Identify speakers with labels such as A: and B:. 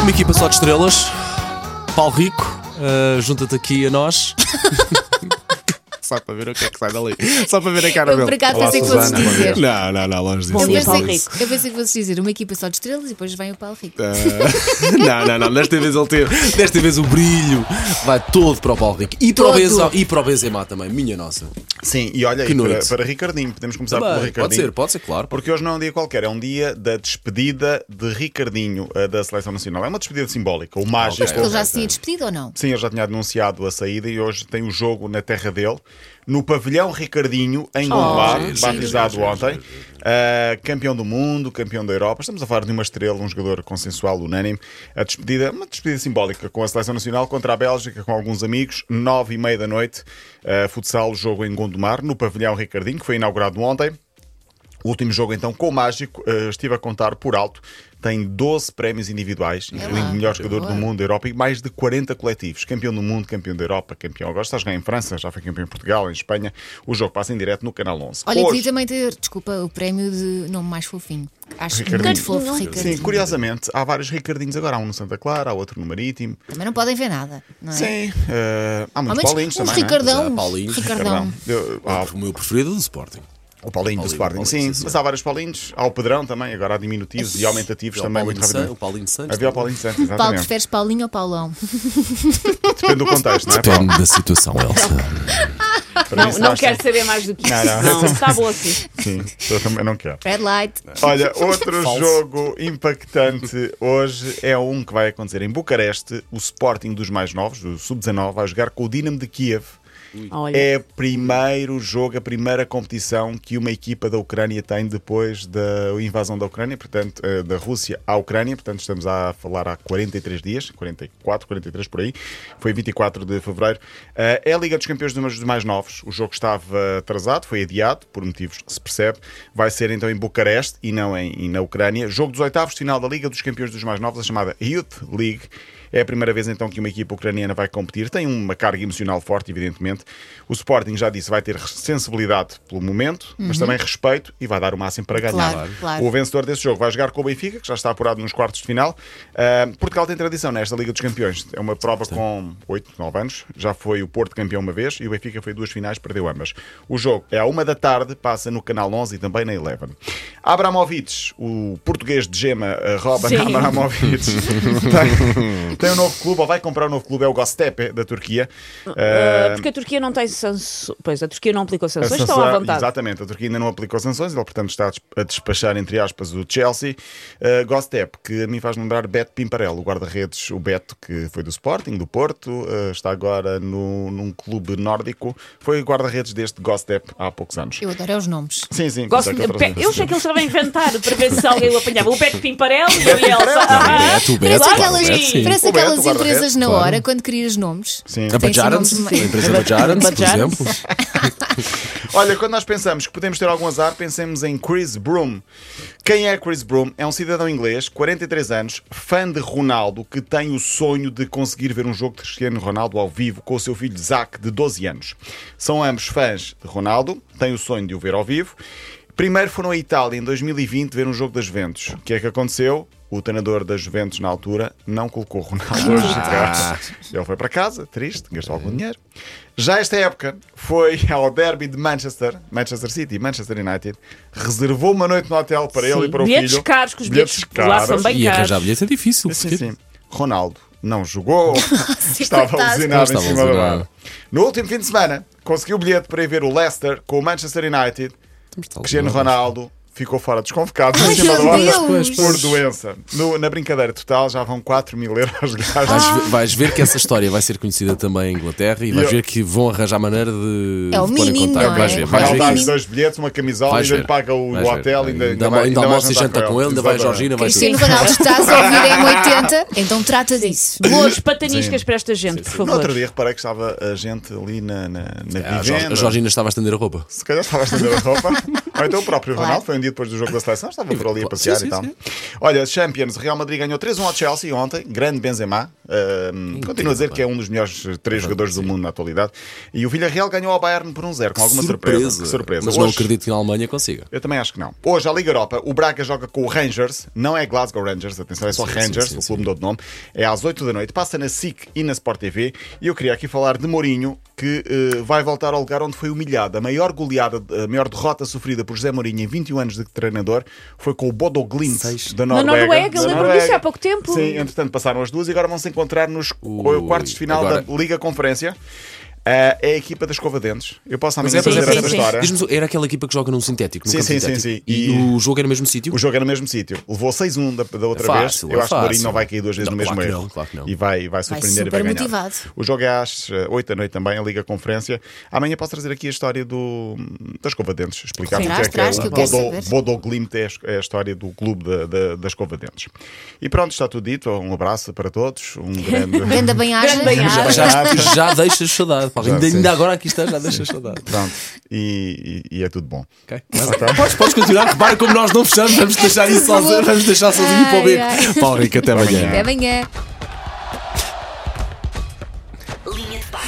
A: Uma equipa só de estrelas. Paulo Rico, eh, junta-te aqui a nós.
B: Só para ver o que é que sai dali. Só para ver a cara
C: Eu
B: dele.
C: por acaso
D: Olá,
C: pensei que fosses
D: Susana, bom
C: dizer.
B: Não, não, não, longe disso.
C: Eu
D: dia, Paulo
C: pensei,
D: Rico.
C: eu pensei que fosses dizer uma equipa só de estrelas e depois vem o Paulo Rico.
A: Eh,
B: Ah, não, não, não. Desta vez ele teve.
A: Desta vez o brilho vai todo para o Paulo Rico. E para, o
C: Todo.
A: Benzema, e para o Benzema também, minha nossa.
B: Sim, e olha
A: Que
B: aí para,
A: noite.
B: para Ricardinho. Podemos começar
A: Também,
B: pelo
A: pode
B: Tá Ricardinho.
A: ser, pode ser, claro.
B: Porque hoje não é um dia qualquer, é um dia da despedida de Ricardinho eh, da Seleção Nacional. É uma despedida simbólica, o mágico.
A: Ok.
C: Ele já
B: é.
C: se tinha despedido ou não?
B: Sim, ele já tinha anunciado a saída e hoje tem o jogo na terra dele, no pavilhão Ricardinho, em Gondomar,
C: giro,
B: batizado
D: giro,
B: ontem. Ah, campeão do mundo, campeão da Europa. Estamos a falar de uma estrela, um jogador consensual, unânime. A despedida, uma despedida simbólica com a seleção nacional contra a Bélgica, com alguns amigos, nove e meia da noite. ah, futsal, jogo em Gondomar, no pavilhão Ricardinho, que foi inaugurado ontem. O último jogo, então, com o Mágico, eh, estive a contar por alto. Tem 12 prémios individuais, incluindo o melhor jogador do
C: boa.
B: mundo da Europa e mais de 40 coletivos. Campeão do mundo, campeão da Europa, campeão. Agora estás ganho em França, já foi campeão em Portugal, em Espanha. O jogo passa em direto no Canal 11.
C: Olha,
B: Hoje-
C: queria também ter, desculpa, o prémio de nome mais fofinho. Acho
B: Ricardinho.
C: muito fofo,
B: Sim,
C: Ricardinho.
B: curiosamente, há vários Ricardinhos agora. Há um no Santa Clara, há outro no Marítimo.
C: Também não podem ver nada, não é?
B: Sim, eh, há
C: Ao
B: muitos Paulinhos
C: menos uns
B: também. não é?
C: Ricardão. um
A: Mas há Paulinhos,
C: Ricardão.
B: Eu- há
A: O meu preferido é do Sporting.
B: o Paulinho do
A: Paulinho,
B: Sporting,
A: Paulinho,
B: sim.
A: sim, sim.
B: mas há vários Paulinhos. Há o Pedrão também, agora há diminutivos e aumentativos
A: Havia o
B: também.
A: Paulinho
B: Muito
A: San-
B: rapidamente.
A: o Paulinho Santos
B: Havia o
A: também.
B: Paulinho Santos,
C: Paulo,
B: exatamente.
C: preferes Paulinho ou Paulão?
B: Depende do contexto, não é? Paulo?
A: Depende da situação, Elsa.
B: Para mim,
D: Não,
B: se
D: não
B: nós
D: quero
B: temos-
D: saber mais do que isso.
B: Não, não.
D: Não, está bom assim.
B: Sim, eu também não quero.
C: Red light.
B: Olha, outro
A: Falso.
B: jogo impactante hoje é um que vai acontecer em Bucareste. O Sporting dos mais novos, o Sub-19, vai jogar com o Dinamo de Kiev.
D: Olha,
B: É o primeiro jogo, a primeira competição que uma equipa da Ucrânia tem depois da invasão da Ucrânia, portanto, eh, da Rússia à Ucrânia. Portanto, estamos a falar há 43 dias, 44, 43 por aí. Foi 24 de fevereiro. Eh, É a Liga dos Campeões dos mais novos. O jogo estava atrasado, foi adiado, por motivos que se percebe. Vai ser então em Bucareste e não em, e na Ucrânia. Jogo dos oitavos, de final da Liga dos Campeões dos mais novos, a chamada Youth League. É a primeira vez então que uma equipa ucraniana vai competir. Tem uma carga emocional forte, evidentemente. O Sporting, já disse, vai ter sensibilidade pelo momento, mas também respeito e vai dar o máximo para ganhar.
C: Uhum. Claro, claro.
B: O vencedor desse jogo vai jogar com o Benfica, que já está apurado nos quartos de final. Ah, Portugal tem tradição nesta Liga dos Campeões. É uma prova com 8, 9 anos. Já foi o Porto campeão uma vez e o Benfica foi duas finais, perdeu ambas. O jogo é à uma da tarde, passa no Canal 11 e também na Eleven. Abramovich, o português de gema, ah, rouba
D: Sim.
B: na Abramovich. tem, tem um novo clube, ou vai comprar um novo clube, é o Gostepe, da Turquia. Ah,
D: porque a Turquia não tem sanções. Pois, a Turquia não aplicou sanções,
B: a
D: estão
B: sanção-
D: à vontade.
B: Exatamente, a Turquia ainda não aplicou sanções, ele portanto está a des- a despachar, entre aspas, o Chelsea. Uh, Gostep, que a mim faz lembrar Beto Pimparello, o guarda-redes, o Beto que foi do Sporting, do Porto, uh, está agora no, num clube nórdico, foi guarda-redes deste Gostep há poucos anos.
C: Eu adoro é os nomes.
B: Sim, sim,
D: Gosto-
B: sei que outras
D: Pe- eu
B: vezes-
D: achei que eles estavam a inventar para ver se alguém o apanhava. O Beto Pimparel e eu e a Elsa. Ah,
A: Beto, Beto,
C: Parece
D: claro,
C: aquelas,
D: Beto, sim.
C: parece
B: O Beto,
C: aquelas
B: o guarda-redes,
C: empresas na
A: claro.
C: hora, quando crias nomes.
B: Sim.
A: A
C: Tem
A: Bajarans,
C: sinal
A: a
C: de-
A: empresa Bajarans, por
D: Bajarans.
A: exemplo.
B: Olha, quando nós pensamos que podemos ter algum azar, pensemos em Chris Broom. Quem é Chris Broom? É um cidadão inglês, 43 anos, fã de Ronaldo, que tem o sonho de conseguir ver um jogo de Cristiano Ronaldo ao vivo com o seu filho Zac, de 12 anos. São ambos fãs de Ronaldo, têm o sonho de o ver ao vivo. Primeiro foram à Itália em 2020 ver um jogo das Juventus. O que é que aconteceu? O treinador das Juventus na altura não colocou Ronaldo a jogar. Ele foi para casa, triste, gastou algum dinheiro. Já esta época foi ao derby de Manchester, Manchester City, Manchester United. Reservou uma noite no hotel para ele e
D: Sim.
B: para o
D: Bilhetes
B: filho.
D: caros, que os bilhetes lá são bem
A: E arranjar
D: caros.
A: bilhetes é difícil.
B: Sim,
A: porque-
B: sim. Ronaldo não jogou, estava
C: coitado.
B: lesionado em
A: Estava
B: cima da
A: lesionado.
B: hora. No último fim de semana, conseguiu o bilhete para ir ver o Leicester com o Manchester United.
A: Oh,
B: Cristiano Ronaldo ficou fora desconvocado em
C: Ai,
B: cima da
C: meu
B: hora
C: Deus!
B: por doença. No- na brincadeira total já vão 4 mil euros
A: Vais,
B: gastos.
D: Ah,
A: ver- vais ver que essa história vai ser conhecida também em Inglaterra e vais
B: Eu-
A: ver que vão arranjar maneira de.
C: É o
A: de pôr em
C: mínimo,
A: contacto.
C: não é?
A: Vais ver, vais
B: Ronaldo
A: ver.
B: dá
A: que-
C: isso.
B: dois bilhetes, uma camisola,
A: Vais
B: ainda
A: ver.
B: lhe paga o,
A: Vais
B: o
A: ver.
B: hotel, ainda,
A: Ainda,
B: vai-
A: ainda
B: vai
A: almoça e
B: jantar
A: janta com ele, ainda vai a
B: Exatamente.
A: Georgina, vai
C: Cristiano
A: tudo.
C: Ronaldo, estás a ouvir em 80, então trata disso.
D: Boas pataniscas para esta gente, por
B: No outro
D: favor.
B: dia reparei que estava a gente ali na, na, na
A: A Jor-
B: vivenda.
A: a Georgina estava a estender a roupa.
B: Se calhar estava a estender a roupa. Ou então o próprio
C: Claro.
B: Ronaldo foi um dia depois do jogo da seleção, estava por ali a passear
A: Sim,
B: e
A: sim,
B: tal.
A: sim.
B: Olha, Champions, Real Madrid ganhou 3-1 ao Chelsea ontem, grande Benzema. Ahm, continuo a dizer que é um dos melhores eh, três jogadores do mundo na atualidade. E o Villarreal ganhou ao Bayern por 1-0, com alguma surpresa. Que surpresa.
A: Mas não
B: Hoje-
A: acredito que na Alemanha consiga.
B: eu também acho que não. Hoje, a Liga Europa, o Braga joga com o Rangers, não é Glasgow Rangers, atenção, é só
A: Sim, sim,
B: Rangers,
A: sim,
B: o
A: sim.
B: clube mudou de nome. É às 8 da noite, passa na SIC e na Sport TV. E eu queria aqui falar de Mourinho, que eh, vai voltar ao lugar onde foi humilhado. A maior goleada, a maior derrota sofrida por José Mourinho em 21 anos de treinador foi com o Bodo Glimt
A: Seis.
B: da
D: Na
B: Noruega.
D: Noruega, eu
B: Da
D: lembro-me disso há pouco tempo.
B: Sim, entretanto passaram as duas e agora vão se encontrar nos
A: Ui,
B: quartos de final
A: agora-
B: da Liga Conferência. Eh, é a equipa da Escova Dentes. Eu posso amanhã
D: é, pois é,
B: fazer
D: pois é,
B: essa
D: pois é.
B: história.
A: Diz-me só, era aquela equipa que joga num sintético. num
B: Sim,
A: campo
B: sim, sim,
A: sintético.
B: sim.
A: E,
B: E-
A: o jogo é no mesmo sítio?
B: O jogo é no mesmo sítio. Levou 6-1 da, da outra
A: Fácil,
B: vez. Eu
A: é
B: acho que o Mourinho
A: fácil.
B: não vai cair duas vezes
A: Não,
B: no mesmo
A: claro que
B: erro.
A: não, claro que não.
B: E vai, vai surpreender
C: super
B: e vai ganhar.
C: motivado.
B: O jogo é às 8 da noite também, a Liga Conferência. Amanhã posso trazer aqui a história do, da Escova Dentes. Explicar
C: Sim,
B: porque
C: traz,
B: é que
C: traz,
B: é o
C: que eu quero
B: Bodo-
C: saber.
B: Bodoglimt é a es- é a história do clube da, da, da Escova Dentes. E pronto, está tudo dito. Um abraço para todos. Um grande.
C: Grande banhagem.
D: Grande banhagem.
B: Já
A: Já,
B: sabes.
A: já deixas saudade. Paulo.
B: Já,
A: ainda,
B: sim.
A: ainda agora aqui estás, já deixas saudade.
B: Pronto. E, e- e é tudo bom.
A: Ok? Mas, podes, podes continuar, repara como nós não fechamos, vamos deixar isso
C: Por favor. Ah,
A: sozinho, vamos deixar sozinho para o B.
C: Ai, ai.
A: Paulo Rico, até amanhã.
C: Até amanhã.
E: Linha de passe.